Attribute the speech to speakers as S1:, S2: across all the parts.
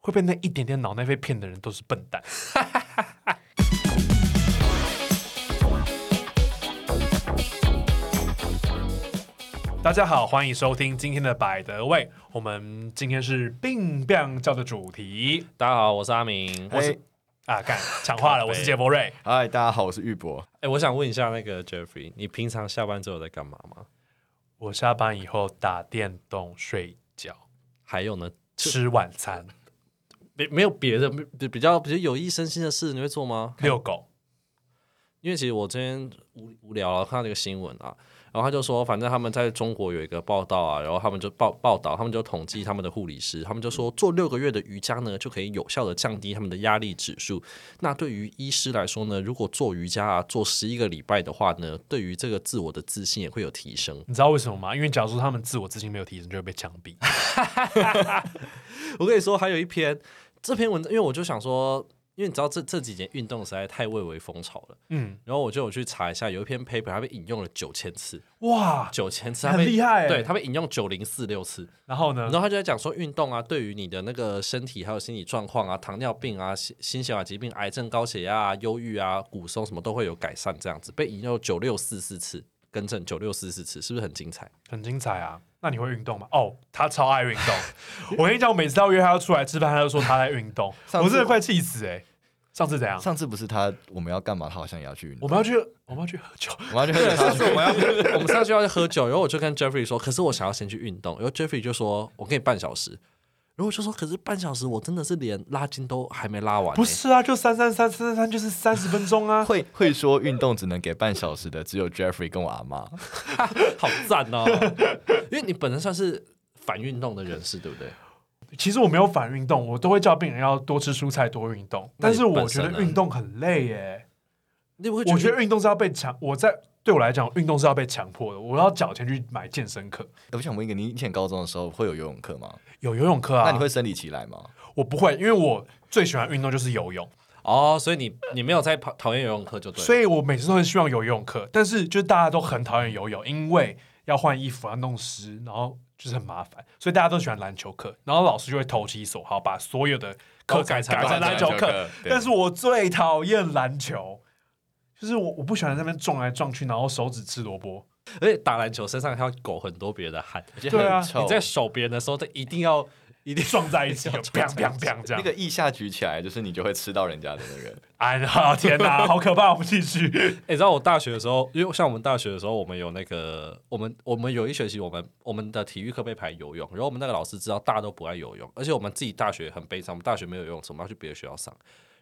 S1: 会被那一点点脑内被骗的人都是笨蛋。 大家好，欢迎收听今天的百德味。我们今天是病病教的主题
S2: 大家好，我是阿明。
S1: 我是
S2: 哎、
S1: 啊，干抢话了，我是杰博瑞。
S3: 嗨，大家好，我是玉博。
S2: 哎我想问一下那个 Jeffrey，你平常下班之后在干嘛吗？
S1: 我下班以后打电动、睡觉、
S2: 还有呢，
S1: 吃晚餐、
S2: 没没有别的比比较比较有益身心的事你会做吗？
S1: 遛狗。
S2: 因为其实我今天无无聊啊，看到这个新闻啊，然后他就说，反正他们在中国有一个报道啊，然后他们就报报道，他们就统计他们的护理师，他们就说做六个月的瑜伽呢，就可以有效的降低他们的压力指数。那对于医师来说呢，如果做瑜伽啊，做十一个礼拜的话呢，对于这个自我的自信也会有提升。
S1: 你知道为什么吗？因为假如说他们自我自信没有提升，就会被枪毙。
S2: 我跟你说，还有一篇这篇文章，因为我就想说，因为你知道这这几年运动实在太蔚为风潮了，
S1: 嗯，
S2: 然后我就有去查一下，有一篇 paper 它被引用了九千次，
S1: 哇，
S2: 九千次，它
S1: 很
S2: 被
S1: 厉害欸。嗯
S2: 对，它被引用九零四六次，
S1: 然后呢
S2: 然？后他就在讲说，运动啊，对于你的那个身体还有心理状况啊，糖尿病啊、心心血管疾病、癌症、高血压啊、忧郁啊、骨松什么都会有改善，这样子被引用九六四四次，更正九六四四次，是不是很精彩？
S1: 很精彩啊！那你会运动吗？哦，他超爱运动。 我跟你讲，我每次到约他要出来吃饭，他就说他在运动，
S3: 上次
S1: 我真的快气死哎、上次怎样？
S3: 上次不是他我们要干嘛？他好像也要去运
S1: 我
S3: 动，
S1: 们要去，我们要去喝酒。
S3: 我们要去 运动。
S2: 我们要 我们上去要去喝酒，然后我就跟 Jeffrey 说，可是我想要先去运动，然后 Jeffrey 就说，我给你半小时，然后我就说，可是半小时我真的是连拉筋都还没拉完、欸
S1: 不，是啊，就三三三三三，就是三十分钟啊。
S3: 会会说运动只能给半小时的，只有 Jeffrey 跟我阿妈。
S2: 好赞哦， 因为你本身算是反运动的人士，对不对？
S1: 其实我没有反运动，我都会叫病人要多吃蔬菜、多运动。但是我觉
S2: 那你本身
S1: 得
S2: 呢
S1: 运动很累耶、
S2: 你会
S1: 我觉得运动是要被强，我在对我来讲，运动是要被强迫的。我要缴钱去买健身课，
S3: 哎我想问一个，你以前高中的时候会有游泳课吗？
S1: 有游泳课啊。
S3: 那你会生理期来吗？
S1: 我不会，因为我最喜欢运动就是游泳，
S2: 哦，所以你你没有在跑讨厌游泳课就对了。
S1: 所以我每次都很希望有游泳课，但是就是大家都很讨厌游泳，因为要换衣服、要啊弄湿，然后就是很麻烦，所以大家都喜欢篮球课，然后老师就会投其所好，把所有的课
S2: 都
S1: 改
S2: 改成
S1: 改成篮
S3: 篮
S1: 球
S3: 球
S1: 课
S3: 课。对
S1: 但是我最讨厌篮球，就是我我不喜欢在那边撞来撞去，然后手指吃萝 卜。
S2: 而且打篮球身上还要狗很多别人的汗，
S3: 我觉
S1: 对
S3: 得
S1: 啊
S3: 很臭。
S2: 你在守别人的时候，这一定要一定
S1: 撞在一起，砰
S2: 撞在一
S1: 砰
S2: 起
S1: 砰这样
S3: 那。个腋下举起来，就是你就会吃到人家的那个。
S1: 哎呀，天哪，好可怕！我们继 续。
S2: 欸你知道我大学的时候，因为像我们大学的时候，我们有那个，我们我们有一学期，我们我们的体育课被排游泳，然后我们那个老师知道大家都不爱游泳，而且我们自己大学很悲伤，我们大学没有游泳池，我们要去别的学校上。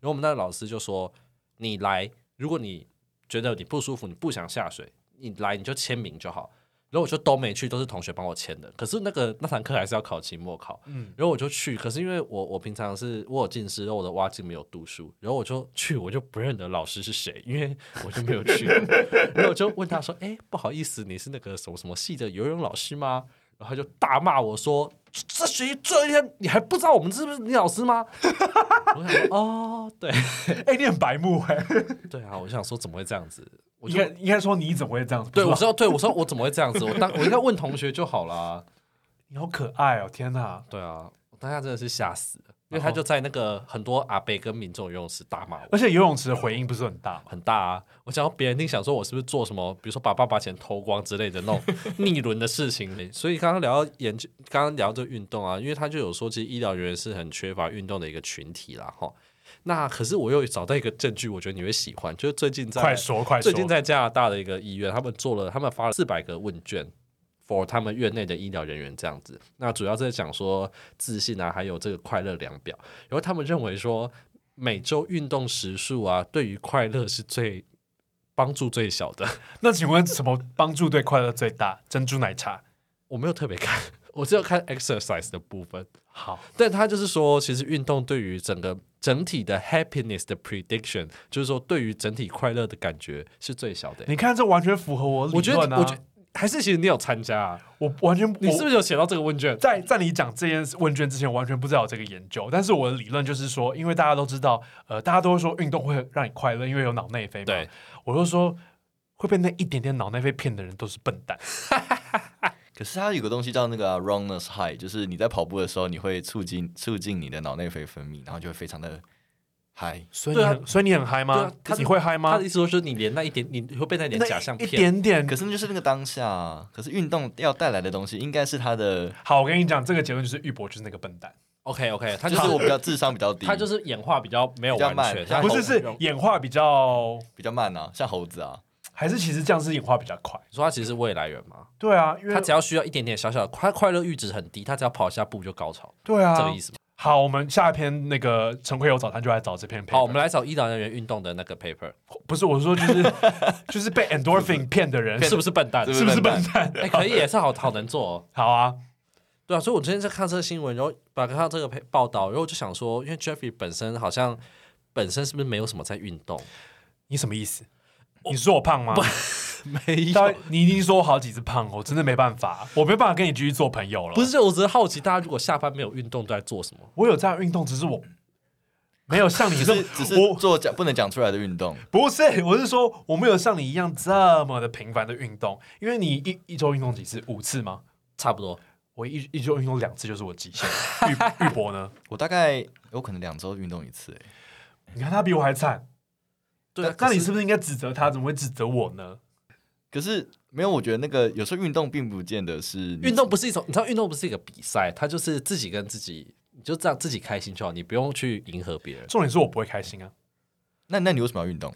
S2: 然后我们那个老师就说：“你来，如果你觉得你不舒服，你不想下水，你来你就签名就好。”然后我就都没去，都是同学帮我签的。可是那个那堂课还是要考期末考，
S1: 嗯，
S2: 然后我就去，可是因为我我平常是我有近视，然后我的蛙镜没有度数，然后我就去，我就不认得老师是谁，因为我就没有去。然后我就问他说：“哎、不好意思，你是那个什么什么系的游泳老师吗？”然后他就大骂我说：“这学期最后一天，你还不知道我们是不是你老师吗？”我想说：“哦，对
S1: 哎，你很白目哎。
S2: 对啊，我想说怎么会这样子？”我
S1: 应
S2: 就
S1: 该应该说你怎么会这样子？
S2: 对我
S1: 不是吧
S2: 说：“对我说我怎么会这样子？我当我应该问同学就好啦。”
S1: 你好可爱哦，天哪！
S2: 对啊，我当下真的是吓死了，因为他就在那个很多阿伯跟民众游泳池大骂我，
S1: 而且游泳池的回音不是很大吗？
S2: 很大啊！我想要别人一定想说我是不是做什么，比如说把爸爸钱偷光之类的那 种逆伦的事情。所以刚刚聊到研究，刚刚聊这个运动啊，因为他就有说，其实医疗人员是很缺乏运动的一个群体啦，哈。那可是我又找到一个证据，我觉得你会喜欢，就是最近在
S1: 快说快说！
S2: 最近在加拿大的一个医院，他们做了，他们发了四百个问卷，for 他们院内的医疗人员这样子。那主要在讲说自信啊，还有这个快乐量表。然后他们认为说，每周运动时数啊，对于快乐是最帮助最小的。
S1: 那请问什么帮助对快乐最大？珍珠奶茶。
S2: 我没有特别看， 我只有看 exercise 的部分。
S1: 好，
S2: 但他就是说，其实运动对于整个整体的 happiness 的 prediction，就是说对于整体快乐的感觉是最小的欸、
S1: 你看这完全符合我理
S2: 我觉得
S1: 论
S2: 你，
S1: 啊！
S2: 我觉得还是其实你有参加、啊。
S1: 我完全
S2: 你
S1: 我
S2: 是不是有写到这个问卷？
S1: 在在你讲这件事问卷之前，我完全不知道有这个研究。但是我的理论就是说，因为大家都知道，呃，大家都会说运动会让你快乐，因为有脑内啡嘛。
S2: 对，啊
S1: 我就说会被那一点点脑内啡骗的人都是笨蛋。
S3: 可是它有个东西叫那个、啊、wrongness high，就是你在跑步的时候，你会促进促进你的脑内啡分泌，然后就会非常的嗨。
S1: 所以你
S2: 对啊
S1: 很所以你很嗨
S2: 对
S1: 吗
S2: 啊他？
S1: 你会嗨
S2: 他
S1: 吗
S2: 的意？思说，就是你连那一点，你会被那一点
S1: 那
S2: 假象
S1: 一
S2: 骗。
S1: 点点
S3: 可。是那就是那个当下啊，可是运动要带来的东西应该是它的，
S1: 好，我跟你讲，这个结论就是玉博就是那个笨蛋，
S2: OK OK，他
S3: 就
S2: 就是
S3: 我比
S2: 是
S3: 较智商比较低，
S2: 他就是演化比较没有
S3: 比较
S2: 完
S3: 慢
S2: 全，
S3: 他
S2: 他
S1: 不是
S2: 后
S1: 是演化比较，
S3: 比较慢啊，像猴子啊，
S1: 还是其实这样是演化比较快？
S2: 你说他其实是未来人嘛？
S1: 对啊，因为
S2: 他只要需要一点点小小的，他快乐阈值很低，他只要跑一下步就高潮，
S1: 对啊，
S2: 这个意思吗。
S1: 好，我们下一篇那个陈奎友早餐就来找这篇 paper。
S2: 好，我们来找医疗人员运动的那个 paper，
S1: 不是我是说就是 就是被 endorphin 骗的人
S2: 是不是笨蛋？
S3: 是
S1: 是不是笨
S3: 笨
S1: 蛋？
S2: 哎，可以耶，是好好能做哦。
S1: 好啊，
S2: 对啊，所以我今天在看这个新闻，然后把看到这个配报道，然后我就想说，因为 Jeffrey 本身好像本身是不是没有什么在运动？
S1: 你什么意思？你说我胖吗？
S2: 没
S1: 当然你已经说我好几次胖，我真的没办法，我没办法跟你继续做朋友了。
S2: 不，是，我只是好奇，大家如果下班没有运动都在做什么？
S1: 我有在运动，只是我没有像你
S3: 只
S1: 这
S3: 是
S1: 么，
S3: 只是
S1: 我
S3: 做讲不能讲出来的运动，
S1: 不是，我是说我没有像你一样这么的频繁的运动，因为你一一周运动几次？五次吗？
S2: 差不多，
S1: 我一一周运动两次就是我极限。玉玉 博呢？
S3: 我大概有可能两周运动一次、欸，
S1: 你看他比我还惨，
S2: 对啊。
S1: 那你
S2: 可
S1: 呃是不是应该指责他？怎么会指责我呢？
S3: 可是没有，我觉得那个有时候运动并不见得是你
S2: 运动不是一种，你知道运动不是一个比赛，它就是自己跟自己，你就这样自己开心就好，你不用去迎合别人。
S1: 重点是我不会开心啊。
S3: 那那你为什么要 运动？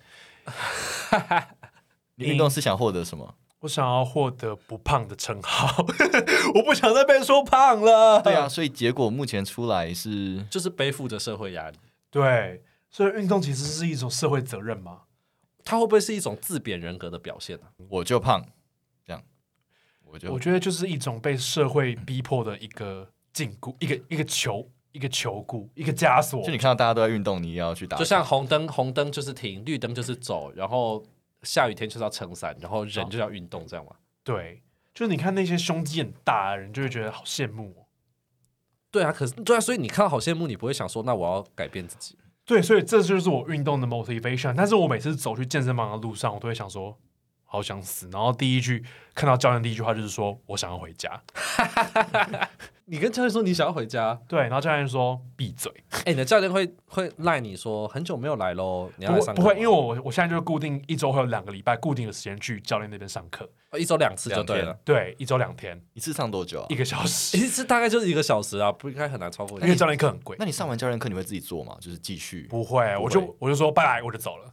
S3: 你运动是想获得什么？
S1: 我想要获得不胖的称号， 我不想再被说胖了。
S3: 对啊，，所以结果目前出来是
S2: 就是背负着社会压力，
S1: 对，所以运动其实是一种社会责任嘛。
S2: 它会不会是一种自贬人格的表现啊呢、
S3: 我就胖，这样我就
S1: 我觉得就是一种被社会逼迫的一个禁锢，一个一个囚，一个囚锢，一个枷锁
S3: 就。你看到大家都在运动，你也要去打，
S2: 就像红灯，红灯就是停，绿灯就是走，然后下雨天就是要撑伞，然后
S1: 哦
S2: 人就要运动，这样嘛？
S1: 对，就是你看那些胸肌很大的人，就会觉得好羡慕、哦。
S2: 对啊，可是对啊，所以你看到好羡慕，你不会想说，那我要改变自己。
S1: 对，所以这就是我运动的 motivation。但是我每次走去健身房的路上，我都会想说，好想死。然后第一句看到教练，第一句话就是说我想要回家。
S2: 你跟教练说你想要 回家，
S1: 对，然后教练说闭嘴。
S2: 哎、你的教练会会赖你说很久没有来喽，你要来
S1: 不会
S2: 上
S1: 不
S2: 课
S1: 会，
S2: 吗
S1: 因为我我现在就是固定一周会有两个礼拜固定的时间去教练那边上课，
S2: 哦一周两次就对了，
S1: 对，一周两天，
S3: 一次上多久啊
S1: 一？个小时，
S2: 一次大概就是一个小时啊，不应该很难超过一
S1: 因
S2: 个
S1: 为
S2: 小时。
S1: 教练课很贵
S3: 那。你上完教练课，你会自己做吗？就是继续？
S1: 不会，我就我就说拜拜，我就走了。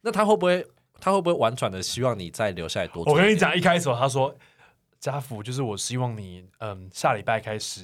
S2: 那他会不会他会不会婉转的希望你再留下来多？
S1: 我跟你，讲，一开始他说家福，就是我希望你，嗯，下礼拜开始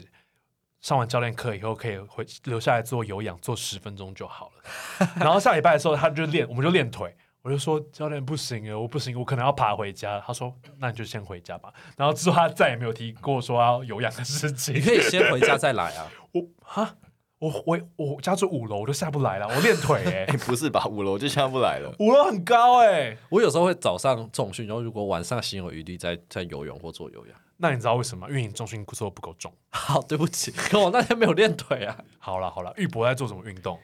S1: 上完教练课以后，可以回留下来做有氧，做十分钟就好了。 然后下礼拜的时候，他就练，我们就练腿。我就说教练不行了，我不行，我可能要爬回家。他说那你就先回家吧。然后之后他再也没有提过说要有氧的事情。
S2: 你可以先回家再来啊。
S1: 我啊，我我我家住五楼，我就下不来了，我练腿哎、
S3: 哎、不是吧？五楼就下不来了。
S1: 五楼很高哎、
S2: 我有时候会早上重训，然后如果晚上心有余力再再游泳或做有氧。
S1: 那你知道为什么吗？因为你重心做得不够重。
S2: 好，对不起，可我那天没有练腿啊。
S1: 好了好了，玉博在做什么运动？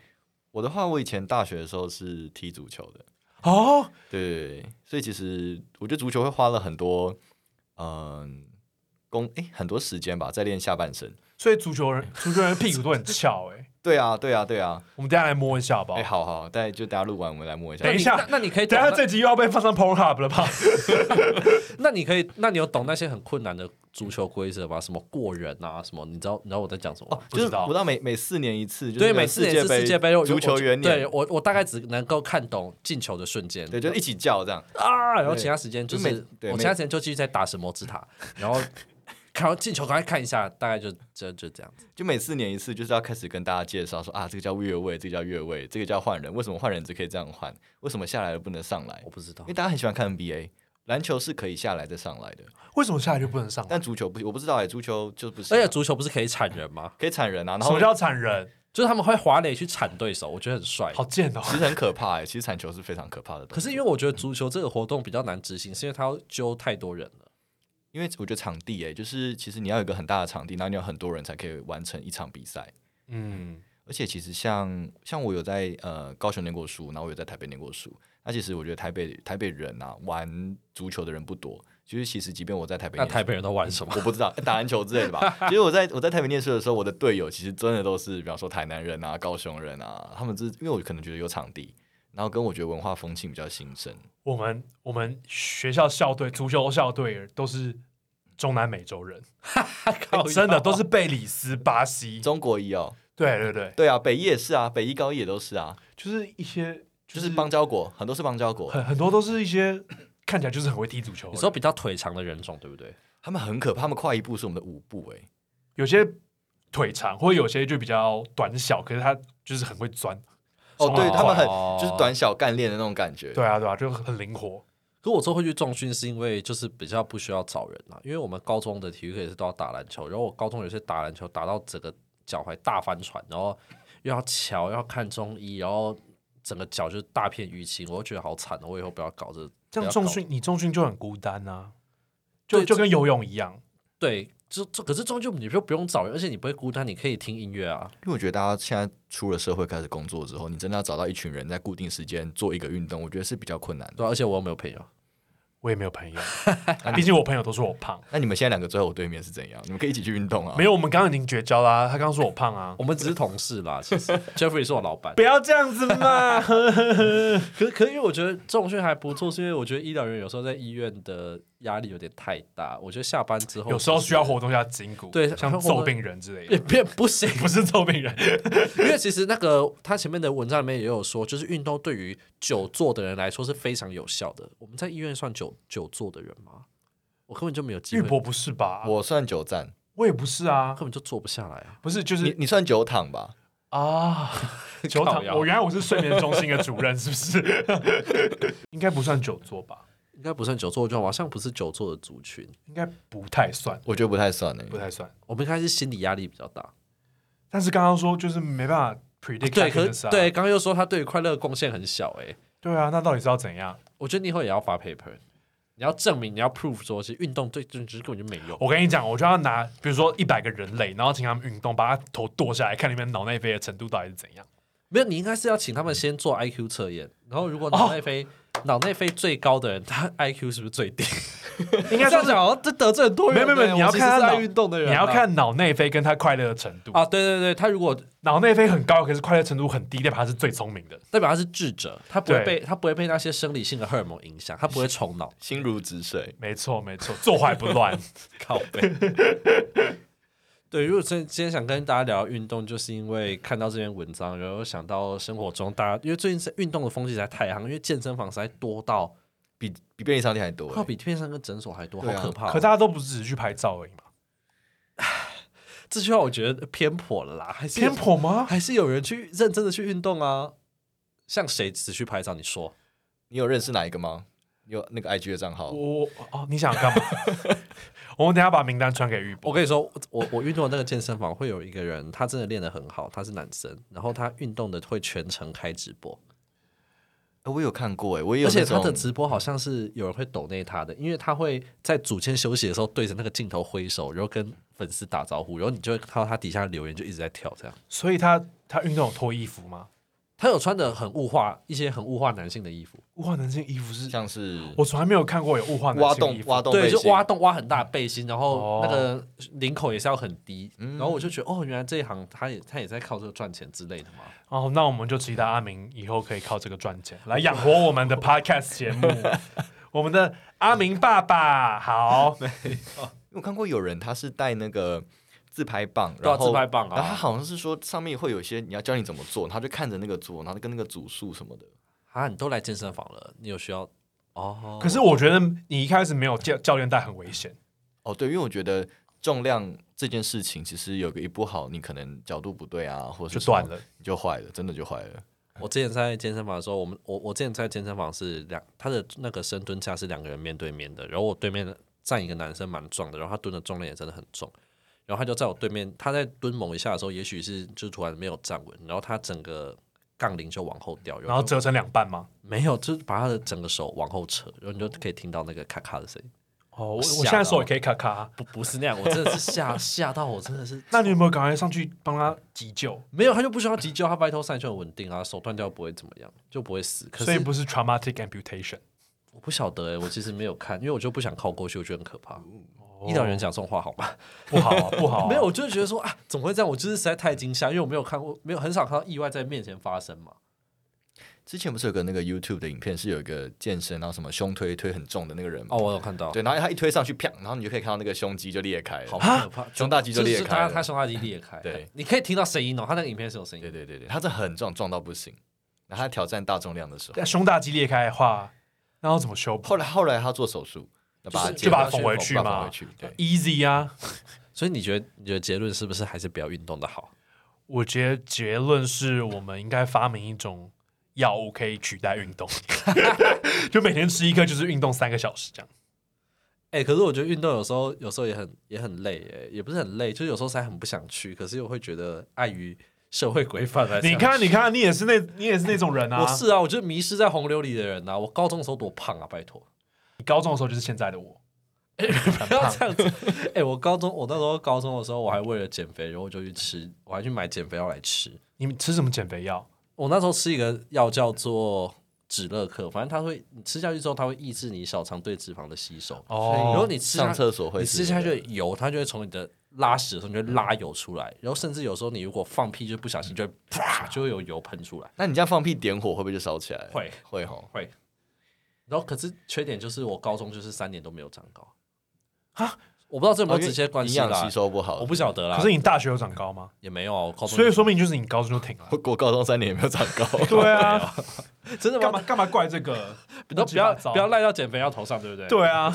S3: 我的话，我以前大学的时候是踢足球的，
S1: 哦，
S3: 对对对对所以其实我觉得足球会花了很多，嗯，工哎、很多时间吧，在练下半身。
S1: 所以足球人足球人屁股都很翘哎、
S3: 对啊，对啊，对啊。
S1: 我们等一下来摸一下好不好？
S3: 哎、好好，但就大家录完，我们来摸一下
S1: 等。一下
S2: 那你那那你可以懂
S1: 等一下
S2: 那，
S1: 这集又要被放上 Pornhub 了吧？
S2: 那你可以，那你有懂那些很困难的足球规则吗？什么过人啊，什么？你知道你知道我在讲什么吗？
S1: 不
S3: 就
S1: 知
S3: 是
S1: 道
S3: 我到每每四年一次，哦就是
S2: 对，
S3: 那个
S2: 每次也
S3: 界
S2: 是世界杯，我
S3: 足球元
S2: 对
S3: 年，
S2: 我我大概只能够看懂进球的瞬间，
S3: 对，就一起叫这样。
S2: 啊，然后
S3: 对
S2: 其他时间就
S3: 就每
S2: 是
S3: 对
S2: 我
S3: 每
S2: 其他时间就继续在打神魔之 塔，然后看到进球赶快看一下，大概就就就这样子。
S3: 就每四年一次，就是要开始跟大家介绍说啊，这个叫越位，这个叫越位，这个叫换人。为什么换人只可以这样换？为什么下来了不能上来
S2: 我？不知道
S3: 因为，大家很喜欢看 NBA，篮球是可以下来再上来的，
S1: 为什么下来就不能上？
S3: 但足球不，我不知道哎、足球就不是、
S2: 而且足球不是可以铲人吗？
S3: 可以铲人啊，然
S1: 什
S3: 后
S1: 么叫铲人？
S2: 就是他们会滑垒去铲对手，我觉得很帅。
S1: 好贱哦！
S3: 其实很可怕哎、其实铲球是非常可怕的东
S2: 可
S3: 西。
S2: 是因为我觉得足球这个活动比较难执行，是因为它要揪太多人了。
S3: 因为我觉得场地哎、就是其实你要有一个很大的场地，然后你有很多人才可以完成一场比赛。
S1: 嗯，
S3: 而且其实像像我有在呃高雄念过书，然后我有在台北念过书。那其实我觉得台北台北人啊，玩足球的人不多，就是其实即便我在台北
S2: 那
S3: 念书，
S2: 台北人都玩什么？
S3: 我不知道打篮球之类的吧。其实我在我在台北念书的时候，我的队友其实真的都是，比方说台南人啊、高雄人啊，他们就是因为我可能觉得有场地，然后跟我觉得文化风气比较兴盛。
S1: 我们我们学校校队足球校队都是中南美洲 人，哎真的都是贝里斯、巴西，
S3: 中国一哦，
S1: 对对对，
S3: 对啊，北一也是啊，北一高一也都是啊，
S1: 就是一些就
S3: 就
S1: 是
S3: 邦交国，很多是邦交国，
S1: 很很多都是一些 看起来就是很会踢足球的人，
S2: 你说比较腿长的人种，对不对？
S3: 他们很可怕，他们跨一步是我们的五步哎、
S1: 有些腿长，或者有些就比较短小，可是他就是很会钻。
S3: 哦，对他们很
S2: 哦
S3: 就是短小干练的那种感觉。
S1: 对啊，对啊，就很灵活。
S2: 可我之后会去重训，是因为就是比较不需要找人啊，因为我们高中的体育课也是都要打篮球，然后我高中有些打篮球打到整个脚踝大翻船，然后又要瞧，又要看中医，然后整个脚就是大片淤青，我就觉得好惨哦，我以后不要搞这
S1: 这样
S2: 不要
S1: 重
S2: 搞
S1: 训，你重训就很孤单啊，就
S2: 对
S1: 就
S2: 这
S1: 跟游泳一样。
S2: 对，就就可是终究你就不用找人，而且你不会孤单，你可以听音乐啊。
S3: 因为我觉得大家现在出了社会开始工作之后，你真的要找到一群人在固定时间做一个运动，我觉得是比较困难的。
S2: 对啊，而且我又没有朋友，
S1: 我也没有朋 友，毕竟我朋友都说我胖。
S3: 那你们现在两个坐在我对面是怎样？你们可以一起去运动啊
S1: 没。有，我们刚刚已经绝交啦、他刚说我胖啊
S2: 我，们只是同事啦。其实 Jeffrey 是我老板
S1: 不，要这样子嘛。
S2: 可可因为我觉得重训还不错，是因为我觉得医疗人有时候在医院的压力有点太大，我觉得下班之 后
S1: 有时候
S2: 就是
S1: 需要活动一下筋骨，
S2: 对
S1: 像揍病人之类
S2: 也
S1: 的，
S2: 变不行，
S1: 不是揍病人。
S2: 因为其实那个他前面的文章里面也有说，就是运动对于久坐的人来说是非常有效的。我们在医院算久久坐的人吗？我根本就没有机
S1: 玉
S2: 会，
S1: 博不是吧？我
S3: 我算久站，
S1: 我也不是啊
S2: 根，本就坐不下来啊！
S1: 不是就
S3: 你
S1: 是
S3: 你算久躺吧？
S1: 啊，久
S2: 靠
S1: 躺。
S2: 腰
S1: 我原来我是睡眠中心的主任，是不是？ 应该不算久坐吧？
S2: 应该不算久坐，就好像不是久坐的族群。
S1: 应该不太算，
S3: 我觉得不太算诶、欸
S1: 不太算。
S2: 我们应该是心理压力比较大。
S1: 但是刚刚说就是没办法 predict
S2: 啊对，可
S1: happiness
S2: 是
S1: 啊
S2: 对，刚刚又说他对于快乐的贡献很小、欸，
S1: 对啊，那到底是要怎样？
S2: 我觉得你以后也要发 paper，你要证明，你要 prove 说，其实运动对这只根本就没用。
S1: 我跟你讲，我就要拿比如说一百个人类，然后请他们运动，把他头剁下来，看你们脑内啡的程度到底是怎样。
S2: 没有，你应该是要请他们先做 IQ 测验，然后如果脑内啡、脑内啡最高的人，他 IQ 是不是最低？
S1: 应该
S2: 这
S1: 说
S2: 样
S1: 是
S2: 讲哦，这得罪很多人
S1: 没
S2: 呢。
S1: 有没有没有你要
S2: 我其实
S1: 看
S2: 是
S1: 他脑
S2: 爱运动的人啊，
S1: 你要看脑内啡跟他快乐的程度。
S2: 啊，对对对，他如果
S1: 脑内啡很高，可是快乐程度很低，代表他是最聪明的。
S2: 代表他是智者，他不会
S1: 对
S2: 被他不会被那些生理性的荷尔蒙影响，他不会冲脑
S3: 心如止水。
S1: 没错没错，坐怀不 乱。
S2: 靠背。 对，如果真今天想跟大家聊运动，就是因为看到这篇文章，然后想到生活中大家，因为最近是运动的风气实在太行，因为健身房实在多到
S3: 比比便利商店还多、
S2: 靠
S3: 欸。
S2: 比健身跟诊所还多，好
S3: 对啊
S2: 可怕哦、
S1: 可大家都不是只是去拍照而已嘛？
S2: 这句话我觉得偏颇了啦，还是有
S1: 偏，颇吗？
S2: 还是有人去认真的去运动啊。像谁只去拍照？你说
S3: 你有认识哪一个吗？你有那个 IG 的账号？
S1: 我我哦，你想干 嘛？我们等一下把名单传给玉
S2: 我
S1: 博。
S2: 跟你说，我我运动的那个健身房会有一个人，他真的练得很好，他是男生，然后他运动的会全程开直播，
S3: 呃我有看过哎、我也有
S2: 而
S3: 那
S2: 且
S3: 种。
S2: 他的直播好像是有人会抖内他的，因为他会在组间休息的时候对着那个镜头挥手，然后跟粉丝打招呼，然后你就会看到他底下留言就一直在跳这样。
S1: 所以他他运动有脱衣服吗？
S2: 他有穿的很物化一些很物化男性的衣服，
S1: 物化男性衣服是，
S3: 像是
S1: 我从来没有看过有物化男
S3: 挖
S1: 性衣
S3: 洞
S1: 服。
S3: 挖洞
S2: 对，
S3: 背
S2: 就
S3: 心，
S2: 挖洞挖很大的背心，然后
S1: 哦
S2: 那个领口也是要很低，然后我就觉得哦，原来这一行他也他也在靠这个赚钱之类的嘛。
S1: 哦，那我们就期待阿明以后可以靠这个赚钱来养活我们的 podcast 节 目。我们的阿明爸爸好，
S3: 因为我看过有人他是带那个自拍棒，
S2: 对啊
S3: 然后
S2: 自拍棒啊
S3: 然后他好像是说上面会有一些你要教你怎么做，他就看着那个做，然后就跟那个组数什么的。
S2: 啊，你都来健身房了，你有需要哦？
S1: 可是我觉得你一开始没有教教练带很危险。
S3: 哦，对，因为我觉得重量这件事情其实有个一不好，你可能角度不对啊，或者
S1: 就是
S3: 什么
S1: 断了，
S3: 你就坏了，真的就坏了。
S2: 我之前在健身房的时候，我们我我之前在健身房是两，他的那个深蹲架是两个人面对面的，然后我对面站一个男生蛮壮的，然后他蹲的重量也真的很重，然后他就在我对面，他在蹲某一下的时候，也许是就突然没有站稳，然后他整个杠铃就往后掉，
S1: 然后折成两半吗？
S2: 没有，就是把他的整个手往后扯，然后你就可以听到那个咔咔的声音。
S1: 哦，我我
S2: 吓
S1: 现在
S2: 到
S1: 手也可以咔咔。
S2: 不，不是那样，我真的是 吓吓到我，真的是
S1: 那你有没有赶快上去帮他急救？
S2: 没有，他就不需要急救，他白头散就很稳定啊，手断掉不会怎么样，就不会死。可
S1: 所以
S2: 是
S1: 不是 traumatic amputation，
S2: 我不晓得哎、我其实没有看，因为我就不想靠过去，我觉得很可怕。医疗人讲这种话好吗？
S1: 不好啊，不好、啊，
S2: 没有，我就是觉得说啊，怎么会这样？我就是实在太惊吓，因为我没有看过，没有很少看到意外在面前发生嘛。
S3: 之前不是有个那个 YouTube 的影片，是有一个健身，然后什么胸推推很重的那个人
S2: 哦，，我有看到，
S3: 对，然后他一推上去，啪，然后你就可以看到那个胸肌就裂开了。
S2: 好可怕，
S3: 胸大肌就裂
S2: 是
S3: 开
S2: 他
S3: 了
S2: 他胸大肌裂开，
S3: 对，
S2: 你可以听到声音哦，他那个影片是有声音
S3: 对
S2: 的，
S3: 对对对，他这很壮，壮到不行。然后他挑战大重量的时候，
S1: 胸大肌裂开的话，那要怎么修补
S3: 后来后来他做手术，那把它
S2: 就是
S3: 接
S1: 就把它
S3: 回去
S1: 缝回去
S3: 把它缝
S1: 嘛
S3: 回去，对，
S1: ？Easy 啊！
S2: 所以你觉得你觉得结论是不是还是不要运动的好？
S1: 我觉得结论是我们应该发明一种药物可以取代运动， 就每天吃一颗，就是运动三个小时这样。
S2: 哎、可是我觉得运动有时候有时候也很也很累、哎，也不是很累，就是有时候实在很不想去，可是又会觉得碍于社会规范来。
S1: 你看，你看，你也是那，你也是那种人啊！
S2: 我是啊，我就是迷失在洪流里的人呐、啊。我高中的时候多胖啊，拜托，
S1: 你高中的时候就是现在的 我，哎
S2: 不要这样子。 哎、我高中我那时候高中的时候，我还为了减肥，然后我就去吃，我还去买减肥药来吃。
S1: 你们吃什么减肥药？
S2: 我那时候吃一个药叫做止乐克，反正它会你吃下去之后，它会抑制你小肠对脂肪的吸收。
S1: 哦
S2: 然后哎你吃下
S3: 上厕所会
S2: 你
S3: 是
S2: 吃
S3: 那
S2: 下
S3: 个
S2: 去的油，它就会从你的拉屎的时候，你就会拉油出来。然后甚至有时候你如果放屁就不小心，就会啪就会有油喷出来。
S3: 那你这样放屁点火会不会就烧起来？
S2: 会
S3: 会哦吼，
S2: 会。然后可是缺点就是我高中就是三年都没有长高
S1: 啊，
S2: 我不知道这有没有
S3: 哦因为
S2: 直接关
S3: 营
S2: 系
S3: 养
S2: 啦
S3: 吸，收不好，
S2: 我不晓得啦。
S1: 可是你大学有长高吗？
S2: 也没有啊，我高中
S1: 所以说明就是你高中就停了。
S3: 我我高中三年也没有长高，
S1: 对啊，
S2: 真的
S1: 干
S2: 吗？
S1: 嘛干嘛怪这个？
S2: 都 不要不要赖到减肥药头上，对不对？
S1: 对啊，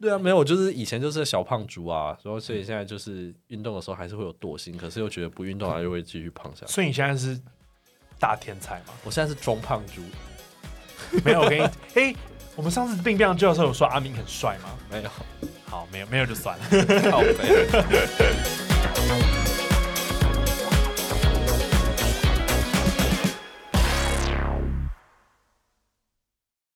S2: 对啊，没有，我就是以前就是小胖猪啊，然后所以现在就是运动的时候还是会有惰性，可是又觉得不运动啊又会继续胖下来。
S1: 所以你现在是大天才吗？
S2: 我现在是中胖猪，
S1: 没有，我给你，哎、我们上次病病教授有说阿明很帅吗？
S2: 没有。
S1: 好，没有没有就算了。
S2: 靠背。